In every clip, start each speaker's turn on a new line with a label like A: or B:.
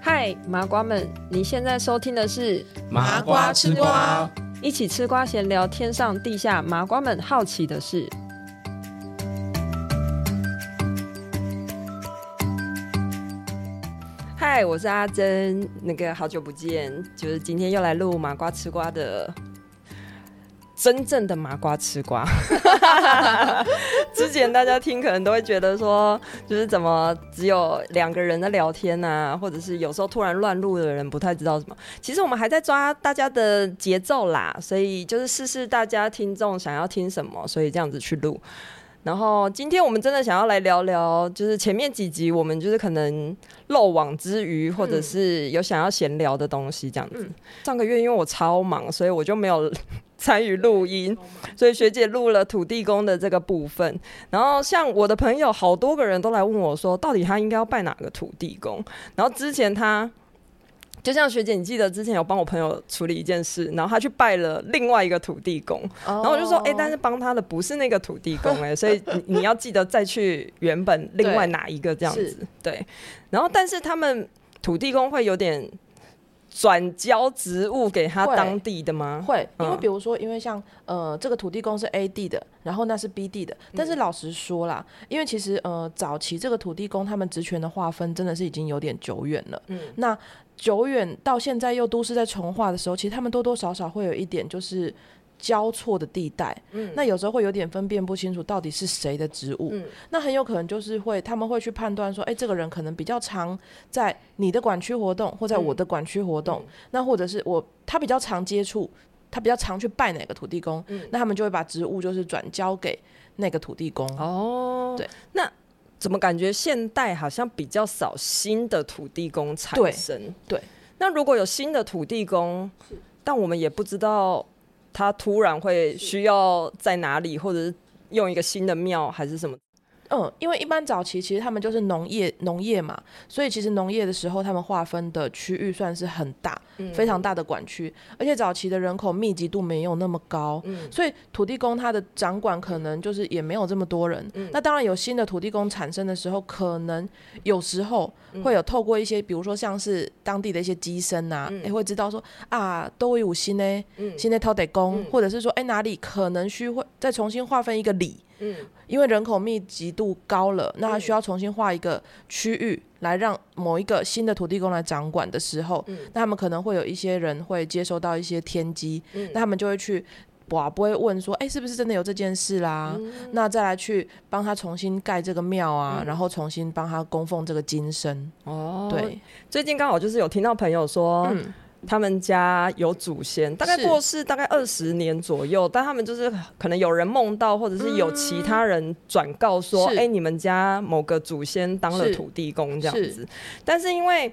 A: 嗨，麻瓜们，你现在收听的是
B: 麻瓜吃瓜，
A: 一起吃瓜闲聊天上地下麻瓜们好奇的事。嗨，我是阿珍，那个好久不见，就是今天又来录麻瓜吃瓜的。真正的麻瓜吃瓜， 之前大家听可能都会觉得说，就是怎么只有两个人在聊天啊，或者是有时候突然乱入的人不太知道什么。其实我们还在抓大家的节奏啦，所以就是试试大家听众想要听什么，所以这样子去录。然后今天我们真的想要来聊聊，就是前面几集我们就是可能漏网之鱼，或者是有想要闲聊的东西这样子。上个月因为我超忙，所以我就没有 参与录音，所以学姐录了土地公的这个部分。然后像我的朋友，好多个人都来问我说，到底他应该要拜哪个土地公？然后之前他。就像学姐，你记得之前有帮我朋友处理一件事，然后他去拜了另外一个土地公，
C: 然
A: 然后我就
C: 哦
A: 说，哎、但是帮他的不是那个土地公、哎，所以你你要记得再去原本另外哪一个这样 子，对。然后，但是他们土地公会有点转交职务给他
C: 会
A: 当地的吗？
C: 会，因为
A: 嗯
C: 比如说，因为像呃，这个土地公是 A 地的，然后那是 B 地的。但
A: 嗯
C: 是老实说啦，因为其实呃，早期这个土地公他们职权的划分真的是已经有点久远了。
A: 嗯
C: 那久远到现在又都市在重化的时候，其实他们多多少少会有一点就是交错的地带。
A: 嗯
C: 那有时候会有点分辨不清楚到底是谁的职务。
A: 嗯
C: 那很有可能就是会他们会去判断说，哎、这个人可能比较常在你的管区活动，或在我的管区活动，那或者是我他比较常接触，他比较常去拜哪个土地公，
A: 嗯
C: 那他们就会把职务就是转交给那个土地公。
A: 哦
C: 对，
A: 那怎么感觉现代好像比较少新的土地公产
C: 对
A: 生？
C: 对
A: 那如果有新的土地公，但我们也不知道他突然会需要在哪里，或者是用一个新的庙还是什么？
C: 嗯，因为一般早期其实他们就是农业农业嘛，所以其实农业的时候他们划分的区域算是很大，
A: 嗯
C: 非常大的管区，而且早期的人口密集度没有那么高，
A: 嗯
C: 所以土地公他的掌管可能就是也没有这么多人。那当然有新的土地公产生的时候，可能有时候会有透过一些，比如说像是当地的一些机身啊，也、会知道说啊，都有新呢，新的土地公，或者是说哎、哪里可能需会再重新划分一个里。因为人口密集度高了，
A: 嗯
C: 那它需要重新划一个区域来让某一个新的土地公来掌管的时候，
A: 嗯
C: 那他们可能会有一些人会接收到一些天机，
A: 嗯
C: 那他们就会去。哇，不会问说，哎、是不是真的有这件事啦？
A: 嗯
C: 那再来去帮他重新盖这个庙啊，然后重新帮他供奉这个金身。
A: 嗯哦
C: 对，
A: 最近刚好就是有听到朋友说，
C: 嗯
A: 他们家有祖先，大概
C: 是
A: 过世大概二十年左右，但他们就是可能有人梦到，或者是有其他人转告说，哎、
C: 是
A: 你们家某个祖先当了
C: 是
A: 土地公这样
C: 是
A: 子。但是因为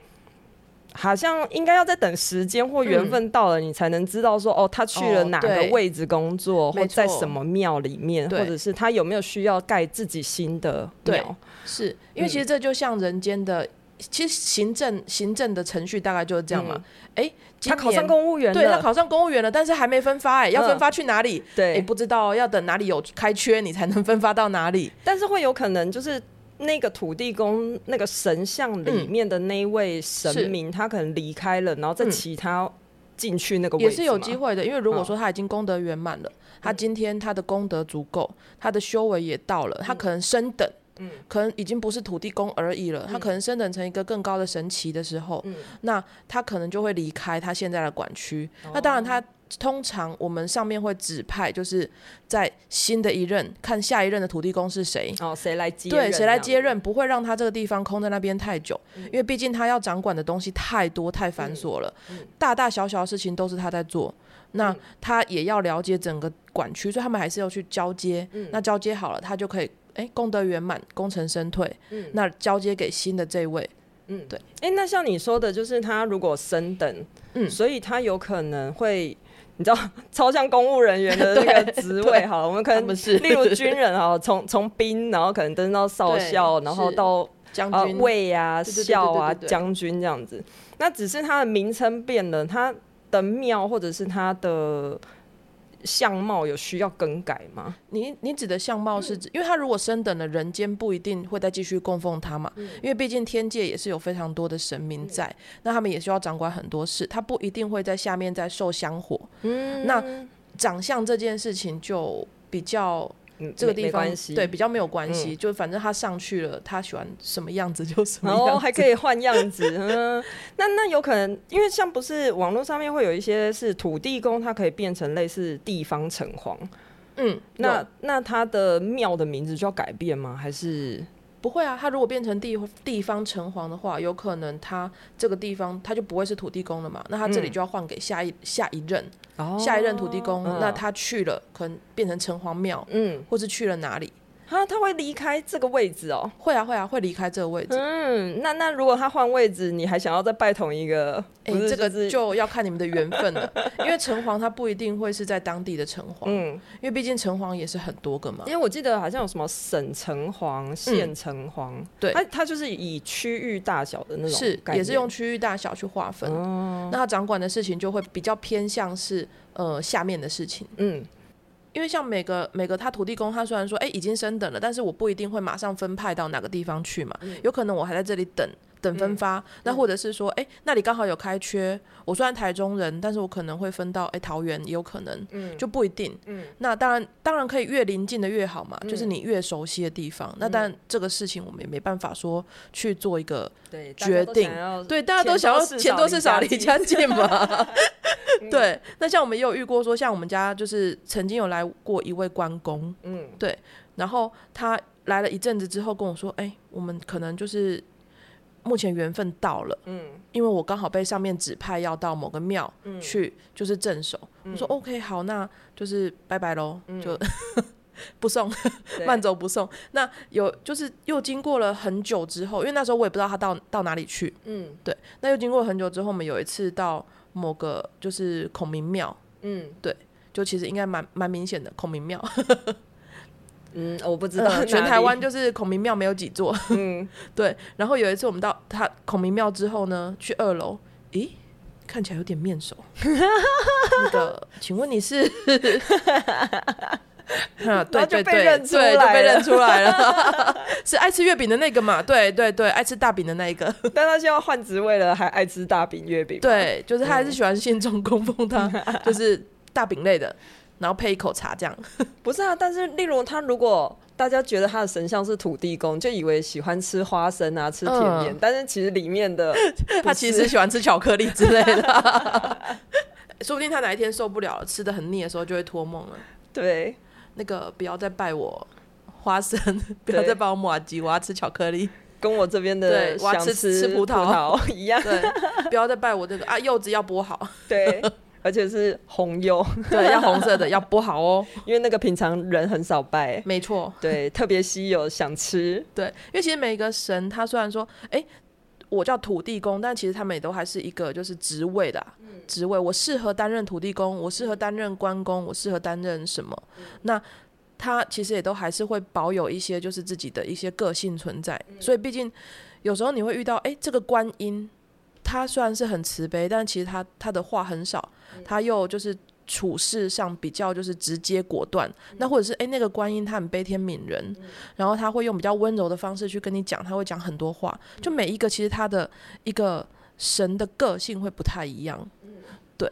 A: 好像应该要再等时间或缘分到了，你才能知道说，哦，他去了
C: 哦
A: 哪个
C: 对
A: 位置工作，或
C: 没
A: 在
C: 错
A: 什么庙里面，
C: 哦对
A: 或者是他有没有需要盖自己新的
C: 对
A: 庙。
C: 是因为其实这就像人间的，其实行政行政的程序大概就是这样嘛。哎、今
A: 嗯他考上
C: 年
A: 公务员
C: 对他
A: 了，嗯
C: 考哎上公务员了，但是还没分发哎、要分发去哪里？
A: 对
C: 也、不知道要等哪里有开缺，你才能分发到哪里。
A: 但是会有可能就是那个土地公那个神像里面的那一位神明，他可能离开了，然后在
C: 嗯
A: 其他进去那个位
C: 也
A: 置
C: 是有机
A: 嘛。
C: 会的，因为如
A: 嗯
C: 果说他已经功德圆满了，他今天他的功德足够，他的修为也到了，他可能升等。可能已经不是土地公而已了，他可能升等成一个更高的神奇的时候，那他可能就会离开他现在的管区。那当然，他通常我们上面会指派，就是在新的一任看下一任的土地公是谁，
A: 哦，谁来接？
C: 对，谁来接？任，不会让他这个地方空在那边太久，
A: 嗯
C: 因为毕竟他要掌管的东西太多、太繁琐了，
A: 嗯
C: 大大小小的事情都是他在做。那他也要了解整个管区，所以他们还是要去交接。
A: 嗯
C: 那交接好了，他就可以哎功德圆满，功成身退。
A: 嗯
C: 那交接给新的这位，
A: 哎、那像你说的，就是他如果升等，
C: 嗯
A: 所以他有可能会。你知道， 超像公务人员的那个职位
C: 对
A: 好了，我们可
C: 他
A: 能
C: 们是
A: 例如军人哈，从从兵，然后可能登到少
C: 对
A: 校，然后
C: 是
A: 到
C: 将
A: 啊，
C: 军、
A: 卫啊、
C: 对对对
A: 校啊、
C: 对对对对
A: 将军这样子。那只是它的名称变了，它的庙或者是它的相貌有需要更改吗？
C: 你你指的相貌是指，因为他如果升等了，人间不一定会再继续供奉他嘛，
A: 嗯
C: 因为毕竟天界也是有非常多的神明在，那他们也需要掌管很多事，他不一定会在下面再受香火。
A: 嗯
C: 那长相这件事情就比较
A: 嗯
C: 这个
A: 没
C: 地
A: 没
C: 方
A: 关系嗯
C: 对比较没有关系，就反正他上去了，他喜欢什么样子就什么
A: 然
C: 样子。
A: 后哦还可以换样 子，嗯，那那有可能，因为像不是网络上面会有一些是土地公，它可以变成类似地方城隍，
C: 嗯，
A: 那
C: 有
A: 那它的庙的名字就要改变吗？还是
C: 不会啊，他如果变成地地方城隍的话，有可能他这个地方他就不会是土地公了嘛，那他这里
A: 嗯
C: 就要换给下一、下一任、
A: 哦
C: 下一任土地公，
A: 嗯
C: 那他去了可能变成城隍庙，
A: 嗯，啊
C: 或是去了哪里？
A: 他他会离开这个位置哦。
C: 会啊会啊，会离开这个位置。
A: 嗯，那那如果他换位置，你还想要再拜同一个？
C: 哎、
A: 不是
C: 这个
A: 是
C: 就要看你们的缘分了， 因为城隍他不一定会是在当地的城隍，
A: 嗯，
C: 因为毕竟城隍也是很多个嘛
A: 因。为我记得好像有什么省城隍、县城隍，
C: 对
A: 它它就是以区域大小的那种
C: 是，
A: 概
C: 也是
A: 念
C: 用区域大小去划分。
A: 哦，
C: 那他掌管的事情就会比较偏向是呃下面的事情，
A: 嗯
C: 因为像每个每个他土地公，他虽然说哎、已经升等了，但是我不一定会马上分派到哪个地方去嘛，
A: 嗯
C: 有可能我还在这里等等分发，那或者是说哎、那里刚好有开缺，我虽然台中人，但是我可能会分到哎、桃园也有可能，
A: 嗯
C: 就不一定。
A: 嗯
C: 那当然，当然可以越临近的越好嘛，
A: 嗯
C: 就是你越熟悉的地方。那但这个事情我们也没办法说去做一个
A: 对
C: 决定，对，大家都想要钱多事少离家近嘛。 对，那像我们也有遇过说，像我们家就是曾经有来过一位关公，
A: 嗯
C: 然后他来了一阵子之后跟我说：“哎、我们可能就是目前缘分到了，
A: 嗯
C: 因为我刚好被上面指派要到某个庙
A: 嗯
C: 去，就是镇守。我说 OK，好，那就是拜拜喽，就 不送。慢走不送。那有就是又经过了很久之后，因为那时候我也不知道他到到哪里去，
A: 嗯
C: 对。那又经过了很久之后，我们有一次到某个就是孔明庙，
A: 嗯
C: 就其实应该蛮蛮明显的孔明庙，
A: 嗯，我不知道哪
C: 呃
A: 里，
C: 全 台湾就是孔明庙没有几座，
A: 嗯
C: 对。然后有一次我们到他孔明庙之后呢，去二楼，咦，看起来有点 面熟。那个，请问你是？啊，对
A: 然后就
C: 对对，
A: 被认出
C: 对就
A: 来
C: 被
A: 了
C: 认出来了， 是爱吃月饼的那个嘛？对对对，爱吃大饼的那一个，
A: 但他现在换职位了，还爱吃大饼月饼，，
C: 对，就是他还是
A: 嗯
C: 喜欢信众供奉他，就是大饼类的，然后配一口茶这样。
A: 不是啊。但是，例如他如果大家觉得他的神像是土地公，就以为喜欢吃花生啊，吃甜点，
C: 嗯
A: 但是其实里面 的
C: 他其实喜欢吃巧克力之类的， 说不定他哪一天受不了了，吃的很腻的时候就会托梦了。啊
A: 对，
C: 那个不要再拜我花生， 不要
A: 对
C: 再拜我马吉，我要吃巧克力。
A: 跟我这边的
C: 对我要
A: 想
C: 吃吃
A: 葡
C: 葡萄
A: 萄 一样，
C: 对， 不要再拜我这个啊，柚子要剥好，
A: 对，而且是红柚，
C: 对，要红 色的，要剥好哦。
A: 因为那个平常人很少拜，
C: 没错，
A: 对，特别稀有，想吃，
C: 对，因为其实每一个神，他虽然说，哎、我叫土地公，但其实他们也都还是一个就是职位的啊、职位。我适合担任土地公，我适合担任关公，我适合担任什么？那他其实也都还是会保有一些就是自己的一些个性存在。所以毕竟有时候你会遇到，哎、这个观音，他虽然是很慈悲，但其实他他的话很少，他又就是。处事上比较就是直接果断，那或者是哎、诶那个观音他很悲天悯人，然后他会用比较温柔的方式去跟你讲，他会讲很多话，就每一个其实他的一个神的个性会不太一样，对。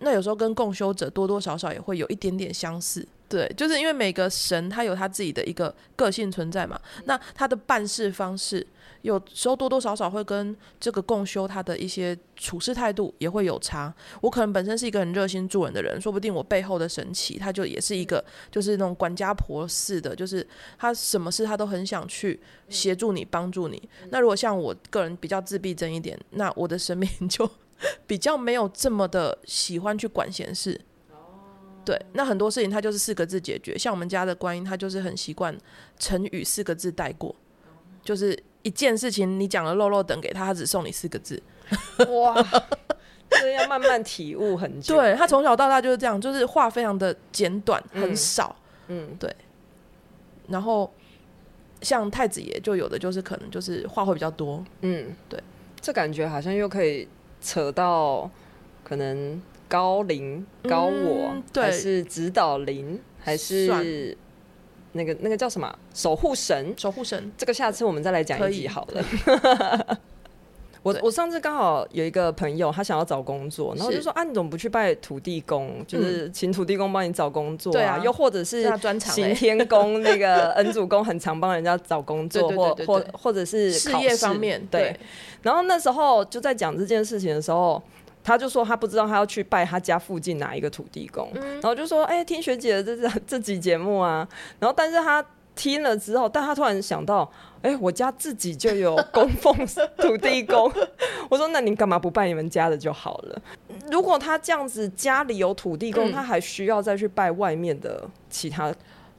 C: 那有时候跟共修者多多少少也会有一点点相似，对，就是因为每个神他有他自己的一个个性存在嘛，那他的办事方式有时候多多少少会跟这个共修他的一些处事态度也会有差。我可能本身是一个很热心助人的人，说不定我背后的神奇他就也是一个就是那种管家婆似的，就是他什么事他都很想去协助你、帮助你。那如果像我个人比较自闭症一点，那我的生命 就比较没有这么的喜欢去管闲事。对，那很多事情他就是四个字解决。像我们家的观音，他就是很习惯成语四个字带过，就是一件事情你讲了漏漏等给他，他只送你四个字。
A: 哇， 这要慢慢体悟很久，
C: 对他从小到大就是这样，就是话非常的简短，
A: 嗯
C: 很少。
A: 嗯
C: 然后像太子爷，就有的就是可能就是话会比较多，
A: 嗯，
C: 对，
A: 这感觉好像又可以扯到可能高龄高我，
C: 嗯对
A: 还是指导灵，还
C: 算
A: 是那个那个叫什么啊守护神？
C: 守护神，
A: 这个下次我们再来讲
C: 可
A: 一
C: 以
A: 集好了。 我我上次刚好有一个朋友，他想要找工作，然后我就是说啊，你怎么不去拜土地公？就是请土地公帮你找工作
C: 嗯对啊
A: 又或者是
C: 是他专长
A: 行
C: 欸
A: 天宫那个恩主公很常帮人家找工作，
C: 对对
A: 或
C: 对对
A: 或
C: 对
A: 或者是
C: 事
A: 考
C: 业
A: 试
C: 方面，
A: 对。
C: 对，
A: 然后那时候就在讲这件事情的时候，他就说他不知道他要去拜他家附近哪一个土地公，然后就说哎、听学姐的这这集节目啊，然后但是他听了之后，但他突然想到，哎、我家自己就有供奉土地公， 我说那你干嘛不拜你们家的就好了？如果他这样子家里有土地公，
C: 嗯
A: 他还需要再去拜外面的其他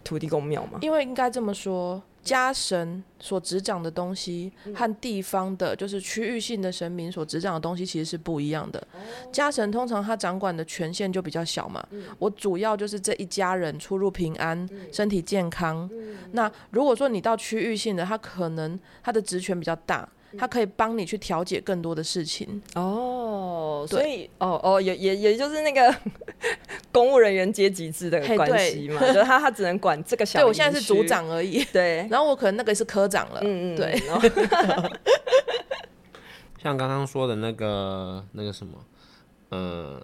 A: 土地公庙 吗？
C: 因为应该这么说，家神所执掌的东西
A: 嗯
C: 和地方的，就是区域性的神明所执掌的东西其实是不一样的。
A: 哦
C: 家神通常他掌管的权限就比较小嘛，
A: 嗯
C: 我主要就是这一家人出入平安、身体健康。
A: 嗯
C: 那如果说你到区域性的，他可能他的职权比较大。
A: 嗯
C: 他可以帮你去调解更多的事情，
A: 哦，
C: 对
A: 所以哦哦，也也也就是那个 公务人员阶级制的
C: 嘿
A: 关
C: 对
A: 系嘛， 就是他他只能管这个小。
C: 对我现在是组，长 而已，
A: 对，
C: 然后我可能那个是科长了，
A: 嗯嗯，
C: 对，
A: 然后
B: 像刚刚说的那个那个什么，嗯，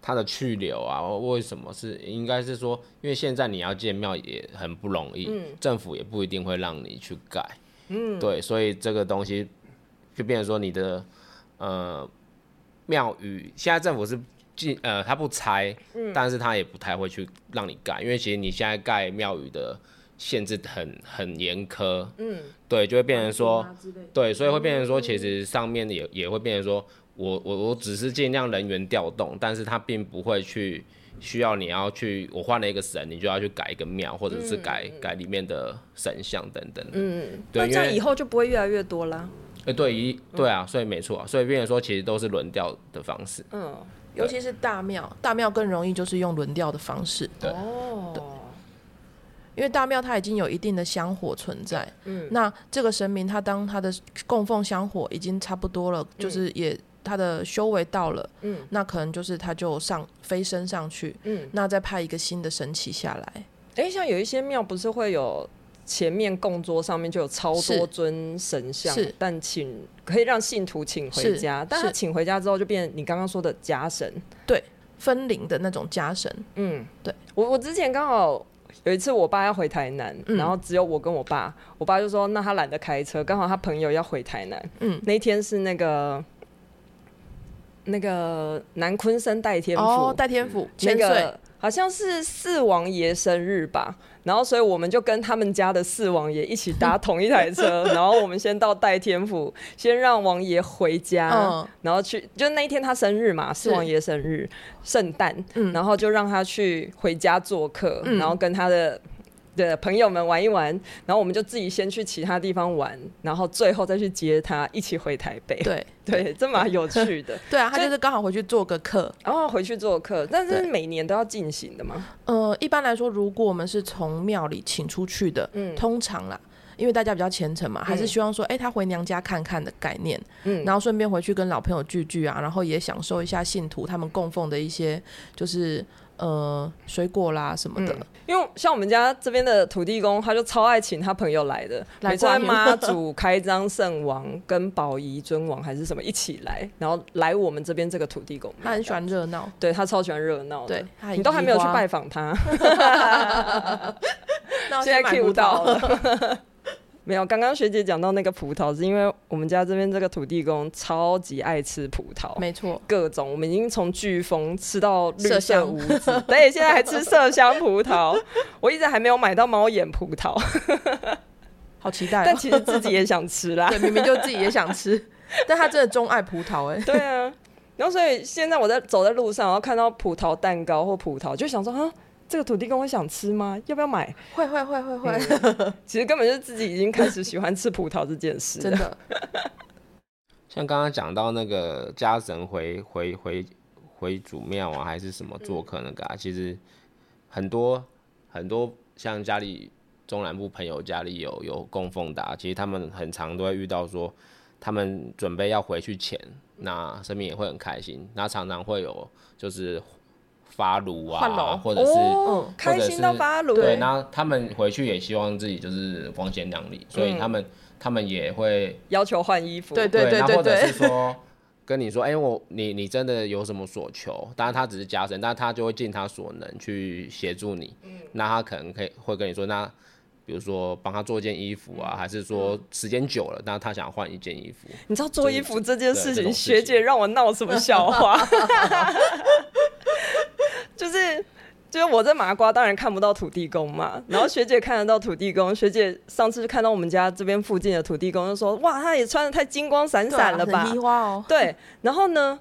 B: 它的去留啊，为什么是应该是说，因为现在你要建庙也很不容易，政府也不一定会让你去改，嗯，对，所以这个东西就变成说你的呃庙宇，现在政府是进呃他不拆，但是他也不太会去让你盖，因为其实你现在盖庙宇的限制很很严苛，嗯，对，就会变成说。对，所以会变成说，其实上面也也会变成说，我我我只是尽量人员调动，但是他并不会去需要你要去，我换了一个神，你就要去改一个庙，或者是改、改里面的神像等等。嗯， 对，
A: 那
B: 因
A: 这样以
B: 为
A: 后就不会越来越多啦。
B: 呃对一对啊，所以没错啊，所以变成说，其实都是轮调的方式。
A: 嗯，
C: 尤其是大庙，大庙更容易就是用轮调的方式，
A: 哦，
C: 因为大庙它已经有一定的香火存在，嗯，那这个神明他当他的供奉香火已经差不多了，
A: 嗯
C: 就是也他的修为到了，嗯，那可能就是他就上飞升上去，
A: 嗯，
C: 那再派一个新的神祇下来，
A: 哎，像有一些庙不是会有。前面供桌上面就有超多
C: 是
A: 尊神像
C: 是，
A: 但请可以让信徒请回
C: 是
A: 家，但他
C: 是
A: 请回家之后就变你刚刚说的家神，
C: 分灵的那种家神，
A: 嗯，
C: 对
A: 我我之前刚好有一次我爸要回台南，
C: 嗯
A: 然后只有我跟我爸，我爸就说那他懒得开车，刚好他朋友要回台南，
C: 嗯，
A: 那一天是那个那个南昆生代天府，嗯
C: 哦，代天府
A: 那
C: 千岁
A: 个。好像是四王爷生日吧，然后所以我们就跟他们家的四王爷一起搭同一台 车，然后我们先到代天府，先让王爷回家，
C: 嗯
A: 然后去就那一天他生日嘛，四王爷生日，圣诞，
C: 嗯
A: 然后就让他去回家做客，
C: 嗯
A: 然后跟他的。的朋友们玩一玩，然后我们就自己先去其他地方玩，然后最后再去接他，一起回台北。
C: 对
A: 对，这蛮有趣的。
C: 对啊，他
A: 所以
C: 就是刚好回去做个客，
A: 然后回去做客，但是
C: 对
A: 每年都要进行的嘛。
C: 呃，一般来说，如果我们是从庙里请出去的，
A: 嗯
C: 通常啦，因为大家比较虔诚嘛，还是希望说，哎、他回娘家看看的概念，
A: 嗯
C: 然后顺便回去跟老朋友聚聚啊，然后也享受一下信徒他们供奉的一些，就是呃水果啦什么的，
A: 因为像我们家这边的土地公，他就超爱请他朋友来的，
C: 来
A: 每次会
C: 挂念
A: 妈祖、开张圣王跟宝仪尊王还是什么一起来，然后来我们这边这个土地公庙
C: 他很喜欢热 闹，
A: 对他超喜欢热闹的
C: 对，他很啊
A: 你都还没有去
C: 移花
A: 拜访他，
C: 那我
A: 现在
C: 买
A: Q
C: 葡
A: 到
C: 萄 了，
A: 了。 没有，刚刚学姐讲到那个葡萄，是因为我们家这边这个土地公超级爱吃葡萄，
C: 没错，
A: 各种，我们已经从飓风吃到绿
C: 麝
A: 色
C: 香
A: 无子，对，现在还吃麝香葡萄，我一直还没有买到猫眼葡萄，
C: 好期待、
A: 但
C: 哦，
A: 其实自己也想吃啦
C: 对，。明明就自己也想吃，但他真的钟爱葡萄、哎，
A: 对啊，然后所以现在我在走在路上，然后看到葡萄蛋糕或葡萄，就想说啊，这个土地公会想吃吗？要不要买？
C: 会会会会会，
A: 其实根本就是自己已经开始喜欢吃葡萄这件事
C: 真
A: 了。
C: 的，
B: 像刚刚讲到那个家神回回回回祖庙啊，还是什
A: 嗯
B: 么做客那个啊，其实很多很多像家里中南部朋友家里有有供奉的、啊，其实他们很常都会遇到说，他们准备要回去前，那神明也会很开心。那常常会有就是发炉
C: 换炉
B: 啊，或者是、
A: 哦，开心到发炉，
B: 对，那他们回去也希望自己就是光鲜亮
C: 嗯
B: 丽，所以他们、他们也会
A: 要求换衣服，
C: 对对对
B: 那
C: 对
B: 或者
C: 对
B: 是说跟你说，哎、我你你真的有什么所求？当然他只是加深，但他就会尽他所能去协助你。
C: 嗯
B: 那他可能可以会跟你说，那比如说帮他做一件衣服啊，还是
C: 嗯
B: 说时间久了，那他想换一件衣服，
A: 你知道做衣服这件事
B: 对这
A: 情，
B: 种事情
A: 学姐让我闹什么笑话？ 就是就是我在麻瓜当然看不到土地公嘛，然后学姐看得到土地公。学姐上次看到我们家这边附近的土地公，就说：“哇，他也穿的太金光闪闪了吧
C: 很花哦？”，
A: 对，然后呢？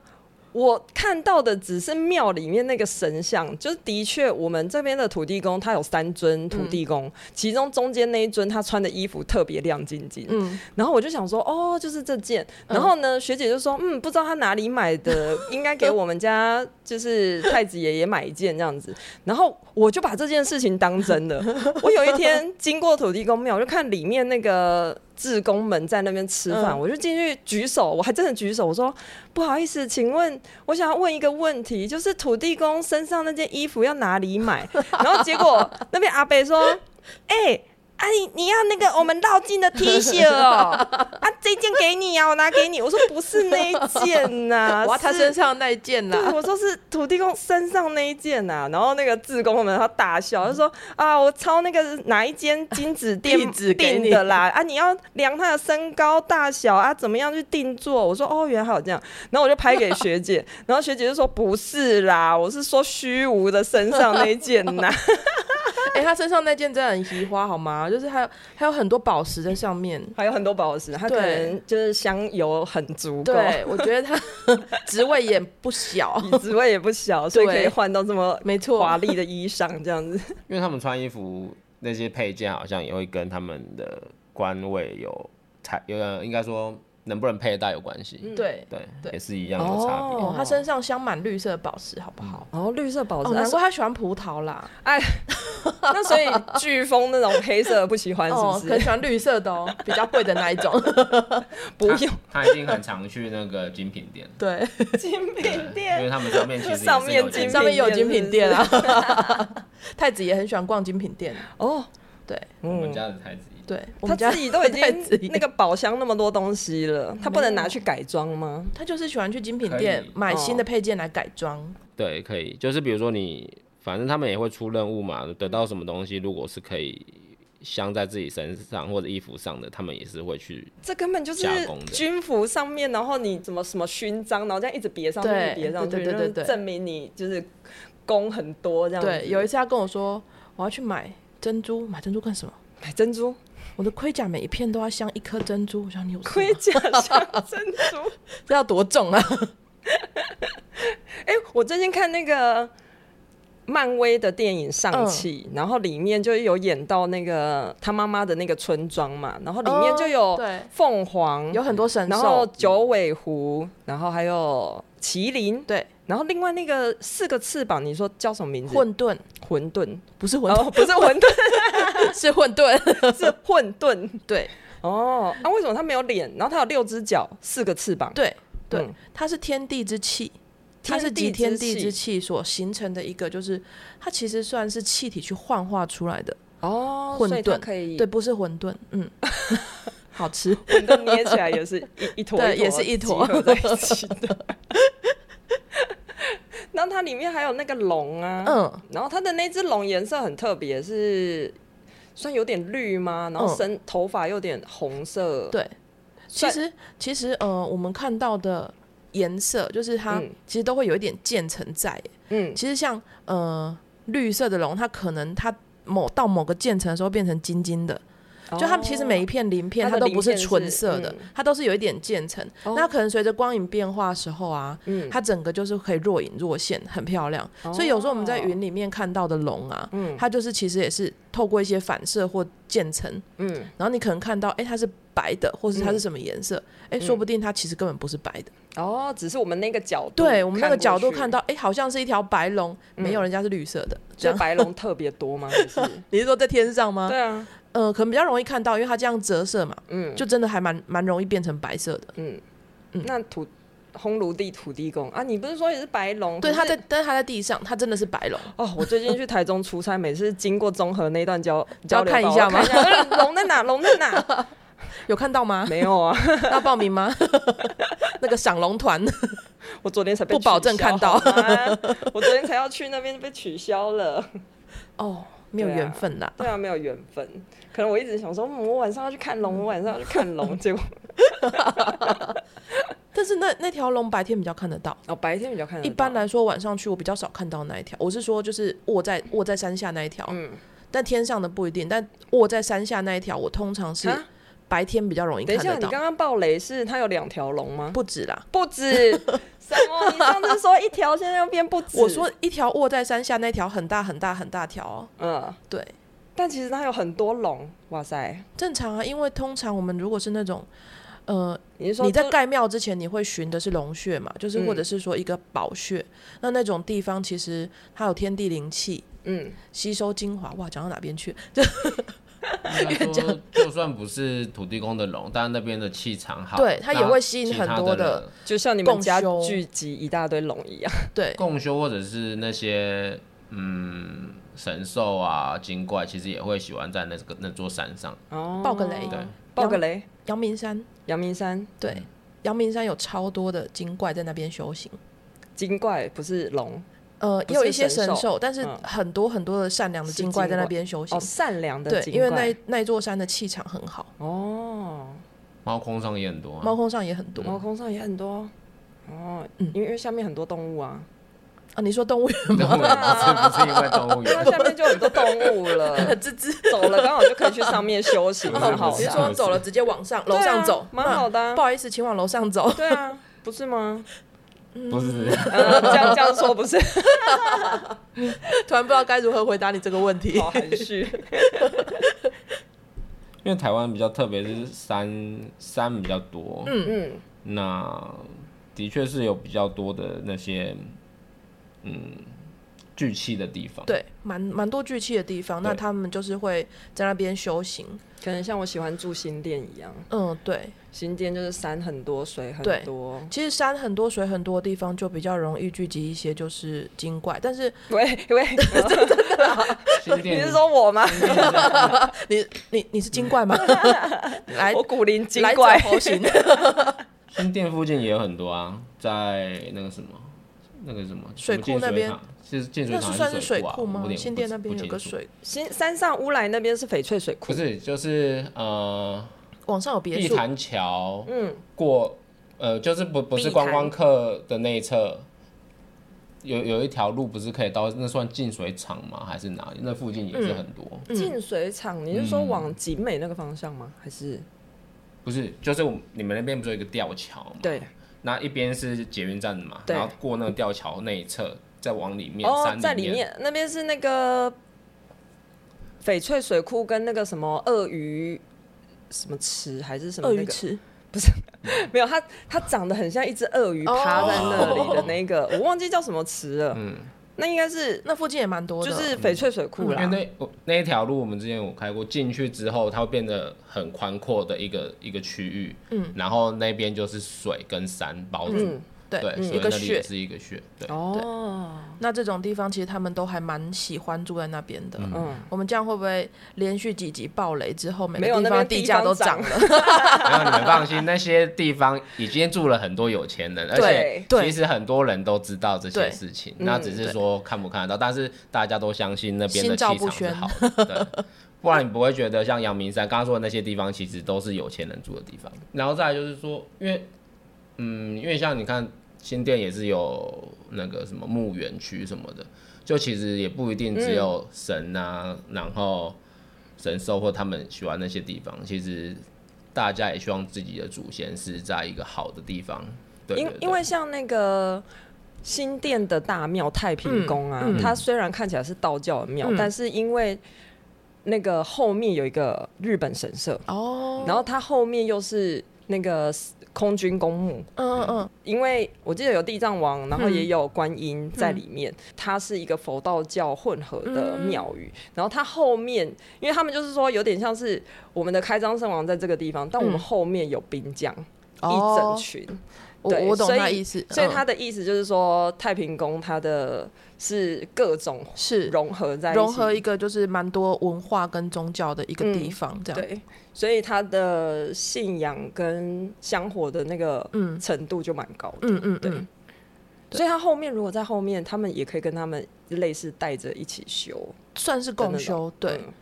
A: 我看到的只是庙里面那个神像，就是的确我们这边的土地公，他有三尊土地公，其中中间那一尊他穿的衣服特别亮晶晶，
C: 嗯，
A: 然后我就想说，哦，就是这件。然后呢，学姐就说，嗯，不知道她哪里买的，应该给我们家就是太子爷爷买一件这样子。然后我就把这件事情当真了。我有一天经过土地公庙，我就看里面那个志工们在那边吃饭，
C: 嗯
A: 我就进去举手，我还真的举手，我说不好意思，请问我想要问一个问题，就是土地公身上那件衣服要哪里买？ 然后结果那边阿北说，哎、啊你，你要 那个我们绕境的 T 恤哦，啊，这件给你啊，我拿给你。我说不是那一件呐、
C: 哇，他
A: 是
C: 身上那一件啊呐、
A: 对，我说是土地公身上那一件呐、然后那个志工们他大笑，他说啊，我抄那个哪一间金子
C: 地
A: 店
C: 址嗯给你
A: 订的啦，啊，你要量他的身高大小啊，怎么样去定做？我说哦，原来还有这样，然后我就拍给学 姐，然后学姐就说不是啦，我是说虚无的身上那一件呐、
C: 哎、他身上那件真的很奇花，好吗？就是还有还有很多宝石在上面。
A: 还有很多宝石，他可
C: 对
A: 能就是香油很足够。
C: 对，我觉得他 职位也不 小，
A: 职位也不 小，所以可以换到这么
C: 没错
A: 华丽的衣裳，这样子。
B: 因为他们穿衣服那些配件好像也会跟他们的官位有才，有呃应该说能不能佩戴有关系。
C: 对
B: 对，
C: 对
B: 也是一样有差别。
C: 嗯哦，他身上镶满绿色宝石，好不好？
A: 然后绿色宝
C: 哦，
A: 石，
C: 难怪他喜欢葡萄啦，
A: 哎， 那所以飓风那种黑色的不喜欢是
C: 哦，
A: 不
C: 很
A: 是？
C: 喜欢绿色的 哦，比较贵的那一种。
A: 不用
B: 他一定很常去那个精品店，
C: 对，
A: 精品
B: 因为
A: 店，
B: 他们上面其实也是
A: 上面
B: 有
A: 精品
C: 上面有
A: 店
C: 精品店啊。 太子也很喜欢逛精品店，
A: 哦，
C: 对
B: 我们
A: 嗯。
B: 家的太子一
C: 对，
A: 他
C: 我们家
A: 自己都已
C: 太嗯子也
A: 经那个宝箱那么多东西了，他不能拿去改装吗？
C: 他就是喜欢去精品
B: 可以
C: 店买新的
A: 哦
C: 配件来改装。
B: 对，可以，就是比如说你，反正他们也会出任务嘛，得到什么东西，如果是可以镶在自己身上或者衣服上的，他们也是会去。
A: 这根本就是
B: 加工的
A: 军服上面，然后你怎么什么勋章，然后这样一直别上去，
C: 对
A: 一直别上去，
C: 对对对对对
A: 就是证明你就是功很多这样子。
C: 对，有一次他跟我说，我要去买珍珠，买珍珠干什么？
A: 买珍珠
C: 我的盔甲每一片都要镶一颗珍珠，我想你有事吗
A: 盔甲像珍珠，
C: 这要多 重啊？
A: 哎、 我最近看那个漫威的电影《上汽》
C: 嗯
A: 然后里面就有演到那个他妈妈的那个村庄嘛，然后里面就
C: 哦
A: 有
C: 对
A: 凤凰，
C: 有很多神
A: 嗯然后
C: 兽，
A: 九尾狐，然后还有麒麟，
C: 对，
A: 然后另外那个四个翅膀，你说叫什么名字？
C: 混沌
A: 混沌，
C: 不是混
A: 哦，
C: 沌，
A: 不是混沌，
C: 是混沌。
A: 是混沌。
C: 对
A: 哦，那、啊、为什么它没有脸？然后它有六只脚，四个翅膀。
C: 对对
A: 嗯，
C: 它是天地之气，它是集天
A: 天地之
C: 地之
A: 气
C: 气所形成的一个，就是它其实算是气体去幻化出来的，
A: 哦，
C: 混
A: 所以它
C: 沌
A: 可以
C: 对，不是混沌。 嗯，好吃。
A: 混沌捏起来也是一一坨，
C: 对
A: 一坨
C: 也是一坨
A: 集合在一起的。 然后它里面还有那个龙啊，
C: 嗯，
A: 然后它的那只龙颜色很特别，是算有点绿吗？然后身、头发有点红色，
C: 对。其
A: 算
C: 实其实呃，我们看到的颜色，就是它
A: 嗯
C: 其实都会有一点渐层在耶。
A: 嗯，
C: 其实像呃绿色的龙，它可能它某到某个渐层的时候变成金金的，就它其实每一
A: 哦
C: 片鳞片
A: 它
C: 它
A: 的
C: 都不是
A: 鳞片
C: 纯
A: 是
C: 色的
A: 嗯，
C: 它都是有一点渐层。
A: 哦
C: 那可能随着光影变化的时候啊，
A: 嗯哦
C: 它整个就是可以若隐若现，很漂亮。所以有时候我们在云里面看到的龙啊，
A: 嗯
C: 它就是其实也是透过一些反射或渐层，
A: 嗯，
C: 然后你可能看到，哎，它是白的，或是它是
A: 嗯
C: 什么颜色，哎，说不定它其实根本不是白的。
A: 哦，只是我们那个角度，
C: 对我们那个角度看
A: 到，
C: 到，哎，好像是一条白
A: 嗯
C: 龙，没有人家是绿色的，
A: 所以
C: 这样。
A: 白龙特别多吗？还是
C: 你是说在天上吗？
A: 对啊，
C: 呃，可能比较容易看到，因为它这样折射嘛，
A: 嗯
C: 就真的还蛮蛮容易变成白色的。
A: 嗯
C: 嗯
A: 那土烘炉地土地公啊，你不是说也是白龙？
C: 对，
A: 可
C: 它
A: 是
C: 在，但是它在地上，它真的是白龙。
A: 哦，我最近去台中出差，每次经过中和那段交交
C: 要
A: 流
C: 看一
A: 道
C: 下
A: 我看
C: 吗
A: 一下嗯龙在哪？龙在 哪？
C: 有看到吗？
A: 没有啊，
C: 要报名 吗？那个赏龙团，
A: 我昨天才被
C: 不保
A: 取消
C: 证看 到
A: 好吗我昨天才要去那边就被取消了。
C: 哦，没有
A: 对啊
C: 缘分啦。
A: 对啊，没有缘分。可能我一直想说，嗯我晚上要去看龙，我晚上要去看 龙，结果
C: 但是那那条龙白天比较看得到，
A: 哦，白天比较看得到
C: 一般，来说晚上去我比较少看到那一条。我是说，就是卧在卧在山下那一条，
A: 嗯，
C: 但天上的不一定。但卧在山下那一条，我通常是
A: 啊
C: 白天比较容易
A: 等
C: 看
A: 一下，
C: 得
A: 你刚
C: 到。
A: 刚爆雷是它有两条龙吗？
C: 不止啦，
A: 不止， 什么？你上次说一条，现在又变不止。
C: 我，说一条卧在山下那条很大很大很大条、哦，
A: 嗯，
C: 对，
A: 但其实它有很多龙，哇塞！
C: 正常啊，因为通常我们如果是那种，呃，
A: 你是说嗯
C: 你在
A: 就
C: 盖庙之前，你会寻的是龙穴嘛，就是或者是说一个宝穴，那那种地方其实它有天地灵气，
A: 嗯，
C: 吸收精华。哇，讲到哪 边去？
B: 应该说就算不是土地公的龙，但那边的气场好，
C: 对它
B: 它
C: 也会吸引很多的
B: 的
A: 就像你们
C: 共
A: 家
C: 修
A: 聚集一大堆龙一样，
C: 对，
B: 共修或者是那些嗯神兽啊、精怪，其实也会喜欢在那个那座山上。
A: 哦
C: 爆个雷
B: 对，
A: 爆个雷，
C: 阳明山，
A: 阳明山
C: 对，阳明山有超多的精怪在那边修行。
A: 精怪不是龙，哦
C: 呃，
A: 不
C: 也有
A: 是
C: 一些
A: 神
C: 神
A: 兽
C: 兽，但是
A: 嗯
C: 很多很多的善良的
A: 是
C: 精怪在
A: 精
C: 那
A: 怪
C: 边修行
A: 哦，。善良的
C: 对，
A: 精
C: 因为
A: 怪
C: 那那一座山的气场很好，
A: 哦，
B: 猫空上也很多、啊，
C: 猫空上也很多
A: 猫空上也很多哦，
C: 嗯
A: 因为因为下面很多动物啊，
C: 啊。你说动物园
B: 动物园不是不是因为动
C: 呃
B: 物
A: 因为
B: 园，
A: 下面就很多动物 了，
C: 吱吱，
A: 走了刚好就可以去上面休息，蛮好
C: 哦， 你
A: 的
C: 是
A: 啊。
C: 说走了直接往上楼
A: 对啊
C: 上走，
A: 蛮好的啊
C: 嗯不好意思，请往楼上走。
A: 对啊，不是吗？
C: 嗯
B: 不是
A: 呃，这样这样说不 是
C: 突然不知道该如何回答你这个问题
A: 好 含蓄？
B: 因为台湾比较特别，是山山比较多，
A: 嗯，
B: 那的确是有比较多的那些嗯聚气的地方。
C: 对，蛮蛮多聚气的地方，那
B: 对
C: 他们就是会在那边修行。
A: 可能像我喜欢住新店一样，
C: 嗯，对，
A: 新店就是山很多，水很
C: 对
A: 多。
C: 其实山很多、水很多的地方就比较容易聚集一些就是精怪，但是
A: 喂喂，
B: 新
A: 你
B: 店
A: 是说我吗？
C: 你你你是精怪吗？ 来
A: 我古灵精
C: 来
A: 怪
C: 者，猴 行，
B: 新店附近也有很多啊，在那个什么，那个什么
C: 水库
B: 什么
C: 那边
B: 净水厂，是净水
C: 那
B: 厂
C: 是
B: 还
C: 算是水
B: 库啊
C: 库吗
B: 我有？点
C: 新
B: 不
C: 店
B: 清
C: 那边有个，水，
A: 新山上乌来那边是翡翠水
B: 不
A: 库，
B: 清楚不是就是呃，
C: 网上有别
B: 碧
C: 墅，
B: 潭桥
A: 嗯，
B: 过呃，就是不不
A: 碧
B: 是
A: 潭
B: 观光客的那一侧。有有一条路不是可以到那算净水厂吗？还是哪里？那附近也是很多，
C: 嗯
A: 净水厂，你是说
B: 嗯
A: 往景美那个方向吗？还是
B: 不是就是我们你们那边不是有一个吊桥吗？
A: 对？
B: 那一边是捷运站嘛，
A: 对
B: 然后过那个吊桥那一侧，再往里面，
A: 哦
B: 山，
A: 在
B: 里
A: 里面那边是那个翡翠水库跟那个什么鳄鱼什么池还是什么
C: 鳄
A: 那
C: 鱼
A: 个
C: 池，
A: 没有，它它长得很像一只鳄鱼趴在那里的那 个，我忘记叫什么池了。
B: 嗯
A: 那应该是
C: 那附近也蛮多的，
A: 就是翡翠水库啦
C: 嗯
B: 因。为那我那一条路我们之前有开过，进去之后它会变得很宽阔的一个一个区域，嗯，然后那边就是水跟山包住，
A: 嗯，
C: 对
B: 对，所
C: 一
B: 以
C: 个
B: 那里也
C: 穴。
B: 是一个穴，对，
A: 哦，
C: 那这种地方其实他们都还蛮喜欢住在那边的。
A: 嗯，
C: 我们这样会不会连续几集暴雷之后，每
A: 没有
C: 个
A: 那
C: 地
A: 边
C: 方
A: 地
C: 地价
A: 方
C: 都
A: 涨
C: 涨了？
B: 然后你们放心，那些地方已经住了很多有钱人，而且
C: 对
B: 其实很多人都知道这些
C: 对
B: 事情，
A: 嗯
B: 那只是说看不看得到，但是大家都相信那边的
C: 心
B: 气
C: 照
B: 场
C: 不
B: 是
C: 宣
B: 好的，对，不然你不会觉得像阳明山刚刚说的那些地方，其实都是有钱人住的地方。然后再来就是说，因为嗯，因为像你看新店也是有那个什么墓园区什么的，就其实也不一定只
C: 嗯
B: 有神啊，然后神兽或他们喜欢那些地方，其实大家也希望自己的祖先是在一个好的地方。对
A: 因
B: 对对
A: 因为像那个。新店的大庙太平宫啊，它虽然看起来是道教的庙，
C: 嗯
A: 但是因为那个后面有一个日本神社，
C: 哦，
A: 然后它后面又是那个空军公墓，
C: 嗯嗯嗯，
A: 因为我记得有地藏王，然后也有观音在里面，它是一个佛道教混合的庙宇。然后它后面，因为他们就是说有点像是我们的开张圣王在这个地方，但我们
C: 嗯
A: 后面有兵将、一整
C: 哦，
A: 群，
C: 我
A: 对
C: 我懂
A: 所以
C: 他意思，
A: 所以
C: 嗯
A: 他的意思就是说太平宫它的是各种
C: 是
A: 融合在一起，
C: 融合一个就是蛮多文化跟宗教的一个地方，这样，
A: 嗯对，所以他的信仰跟香火的那个
C: 嗯
A: 程度就蛮高的。
C: 嗯嗯
A: 对
C: 嗯，对
A: 所以他后面如果在后面，他们也可以跟他们类似带着一起修，
C: 算是
A: 真
C: 共
A: 的
C: 修，对
A: 嗯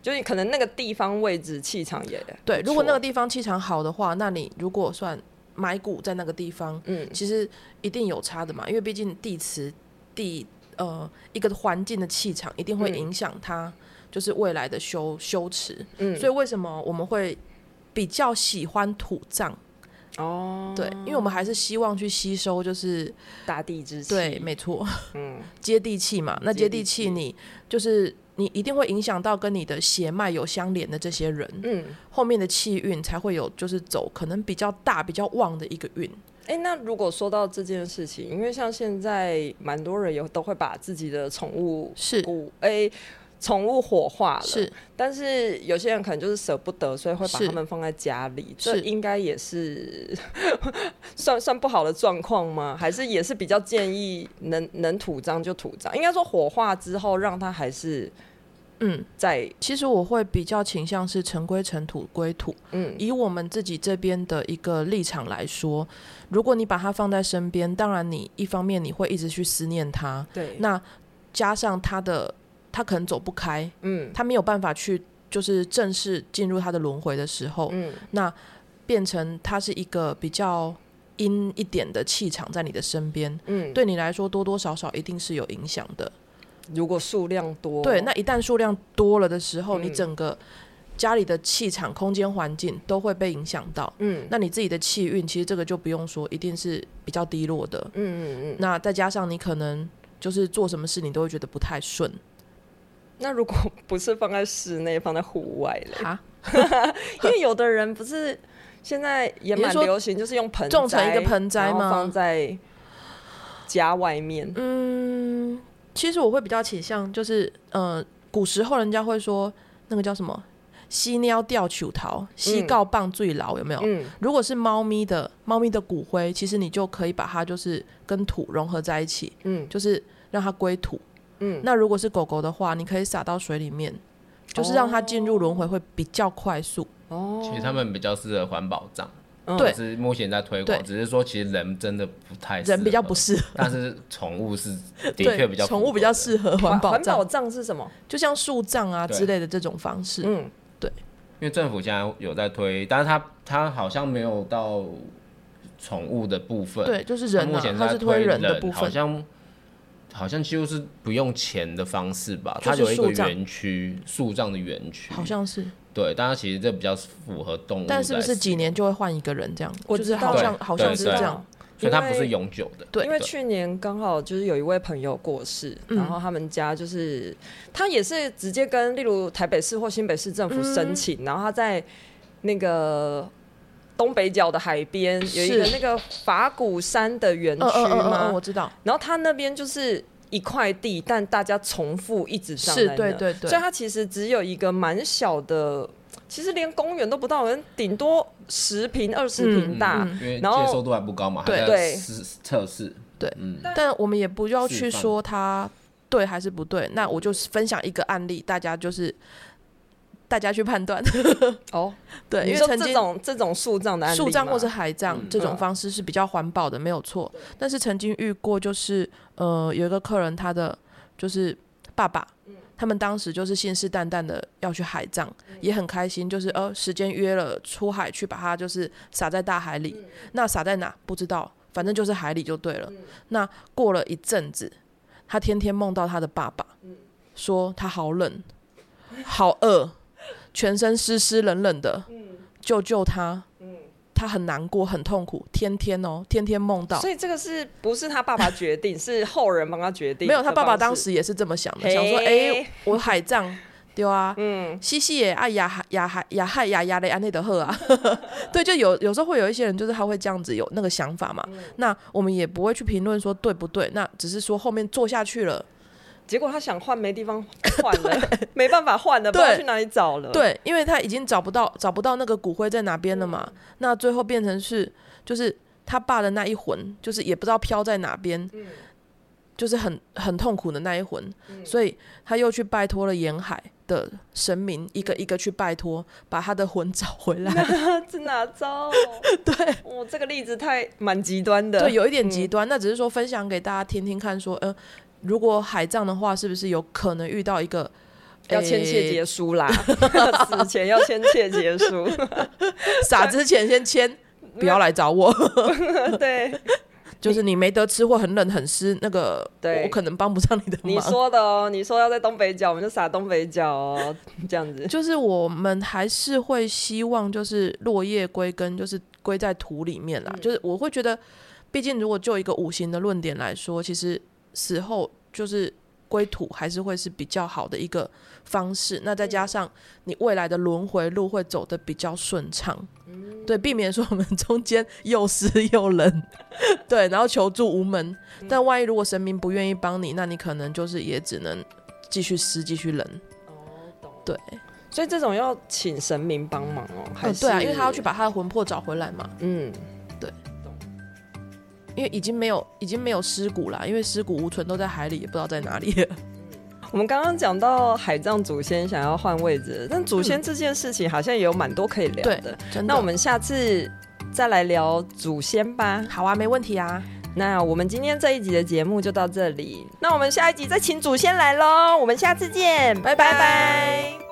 A: 就是可能那个地方位置气场也
C: 对。
A: 不
C: 如果那
A: 错
C: 个地方气场好的话，那你如果算买股在那个地方，
A: 嗯
C: 其实一定有差的嘛，因为毕竟地磁地呃一个环境的气场一定会
A: 嗯
C: 影响它，就是未来的修修持。
A: 嗯，
C: 所以为什么我们会比较喜欢土葬？
A: 哦，
C: 对，因为我们还是希望去吸收，就是
A: 大地之气，
C: 对，没错，
A: 嗯
C: 接地气嘛。那
A: 接
C: 接
A: 地
C: 地
A: 气
C: 气，你就是你一定会影响到跟你的血脉有相连的这些人，
A: 嗯，
C: 后面的气运才会有，就是走可能比较大、比较旺的一个运。
A: 哎、那如果说到这件事情，因为像现在蛮多人有都会把自己的宠物
C: 是
A: 骨哎宠、物火化了，
C: 是，
A: 但是有些人可能就是舍不得，所以会把
C: 是
A: 它们放在家里，这
C: 是
A: 应该也是 算算不好的状况吗？还是也是比较建议能能土葬就土葬？应该说火化之后让它还是
C: 嗯，
A: 在
C: 其实我会比较倾向是尘归尘，土归土。
A: 嗯
C: 以我们自己这边的一个立场来说，如果你把它放在身边，当然你一方面你会一直去思念它，
A: 对
C: 那加上它的它可能走不开，
A: 嗯
C: 它没有办法去就是正式进入它的轮回的时候，
A: 嗯
C: 那变成它是一个比较阴一点的气场在你的身边，
A: 嗯，
C: 对你来说多多少少一定是有影响的。
A: 如果数量多，
C: 对，那一旦数量多了的时候，你
A: 嗯
C: 整个家里的气场、空间环境都会被影响到。
A: 嗯
C: 那你自己的气运，其实这个就不用说，一定是比较低落的。
A: 嗯嗯嗯，
C: 那再加上你可能就是做什么事，你都会觉得不太顺
A: 那如果不是放在室内，放在户外嘞？
C: 啊。
A: 因为有的人不是现在也
C: 你是
A: 蛮
C: 说
A: 流行，就是用盆栽
C: 种成一个盆栽
A: 然后
C: 吗
A: 放在家外面。
C: 嗯，其实我会比较倾向就是，呃，古时候人家会说那个叫什么“犀鸟吊球桃，犀告棒最牢”，有没有？
A: 嗯
C: 如果是猫咪的，猫咪的骨灰，其实你就可以把它就是跟土融合在一起，
A: 嗯
C: 就是让它归土。
A: 嗯，
C: 那如果是狗狗的话，你可以撒到水里面，就是让它进入轮回会比较快速。
A: 哦，
B: 其实他们比较适合环保葬，
A: 嗯
C: 对
B: 是目前在推广，
C: 对
B: 只是说其实人真的不太适合
C: 人比较不，适合，
B: 但是宠物是 的确
C: 对
B: 比较，
C: 宠物比较
B: 适。
C: 适合环保
A: 环保
C: 葬，
A: 葬是什么？
C: 就像树葬啊
B: 对
C: 之类的这种方式。
A: 嗯
B: 因为政府现在有在推，但是它它好像没有到宠物的部分，
C: 对，就是
B: 它
C: 人
B: 目
C: 啊
B: 前，
C: 它
B: 在
C: 是
B: 推
C: 推人的部
B: 好
C: 分。
B: 像好像几乎是不用钱的方式吧，
C: 就是
B: 它有一个
C: 树葬
B: 园区，树葬的园区，
C: 好像是，
B: 对，但它其实这比较符合动物在
C: 但
B: 使
C: 是
B: 用，
C: 不是几年就会换一个人这样？
A: 我
C: 就
A: 知
C: 是
A: 道
C: 好像
B: 对
C: 好像
B: 对
C: 是这
B: 对
C: 样。
B: 所以它不
A: 因为
B: 是永久的，
C: 对
A: 因为
B: 对
A: 去年刚好就是有一位朋友过世，
C: 嗯
A: 然后他们家就是他也是直接跟例如台北市或新北市政府申
C: 嗯
A: 请，然后他在那个东北角的海边有一个
C: 是
A: 那个法鼓山的园区
C: 嗯嗯嗯嗯
A: 吗
C: 嗯，我？知道，
A: 然后他那边就是一块地，但大家重复一直站在
C: 是
A: 那，
C: 对对对
A: 所以。它其实只有一个蛮小的，其实连公园都不到，可能顶多十平二十
C: 嗯
A: 平大。
B: 因为
A: 然后
B: 接受度还不高嘛，还
C: 对
B: 在
A: 对
B: 试测试，
C: 对
B: 嗯，
C: 但我们也不要
B: 示
C: 去
B: 范
C: 说它对还是不对。那我就是分享一个案例，大家就是 大家去判断。
A: 哦，
C: 对，因
A: 你
C: 为
A: 说
C: 曾
A: 这
C: 经
A: 种这种树葬的案例吗，
C: 树葬或是海葬
B: 嗯
C: 这种
A: 嗯
C: 方式是比较环保的，没有错。但是曾经遇过，就是呃，有一个客人他的就是爸爸。
B: 嗯
C: 他们当时就是信誓旦旦的要去海葬，也很开心，就是呃时间约了出海去把它就是撒在大海里。那撒在哪不知道，反正就是海里就对了。那过了一阵子，他天天梦到他的爸爸，说他好冷，好饿，全身湿湿冷冷的，救救他。他很难过，很痛苦，天天哦，天天梦到
A: 所。以这个是不是他爸爸决定，是后人帮他决定？
C: 没有，他爸爸当时也是这么想的，
A: 嘿
C: 想说：“哎、我海葬，对啊，嗯，西西也啊呀呀嗨呀嗨呀呀嘞安内德赫啊，对，就有有时候会有一些人就是他会这样子有那个想法嘛，那我们也不会去评论说对不对，那只是说后面做下去了，
A: 结果他想换没地方换 了，没办法换了，不知道
C: 对
A: 去哪里找了。，
C: 对，因为他已经找不到找不到那个骨灰在哪边了嘛，那最后变成是就是他爸的那一魂，就是也不知道飘在哪边，就是很很痛苦的那一魂，所以他又去拜托了沿海的神明，一个一个去拜托，把他的魂找回来。
A: 这哪招？
C: 对，
A: 我、这个例子太蛮极端的。
C: 对，有一点极端，那只是说分享给大家听听看说，呃，如果海葬的话，是不是有可能遇到一个
A: 要签切
C: 诶
A: 结书啦，
C: 哎
A: 死前要签切结书。
C: 撒之前先签，不要来找我。
A: 对，
C: 就是你没得吃或很冷很湿，那个
A: 对
C: 我可能帮不上你的忙。
A: 你说的哦，你说要在东北角，我们就撒东北角哦，这样子。
C: 就是我们还是会希望，就是落叶归根，就是归在土里面啦。就是我会觉得，毕竟如果就一个五行的论点来说，其实死后就是归土还是会是比较好的一个方式。那再加上你未来的轮回路会走得比较顺畅，对，避免说我们中间又湿又冷，对，然后求助无门。但万一如果神明不愿意帮你，那你可能就是也只能继续湿，继续冷。对，
A: 所以这种要请神明帮忙哦，还
C: 嗯，
A: 是、
C: 对啊，因为他要去把他的魂魄找回来嘛，
A: 嗯，
C: 因为已经没有已经没有尸骨啦，因为尸骨无存都在海里，也不知道在哪里。
A: 我们刚刚讲到海葬祖先想要换位置，但祖先这件事情好像也有蛮多可以聊
C: 嗯对
A: 的。
C: 真的，
A: 那我们下次再来聊祖先吧。
C: 好啊，没问题啊，
A: 那我们今天这一集的节目就到这里，那我们下一集再请祖先来喽。我们下次见，拜拜
C: 拜拜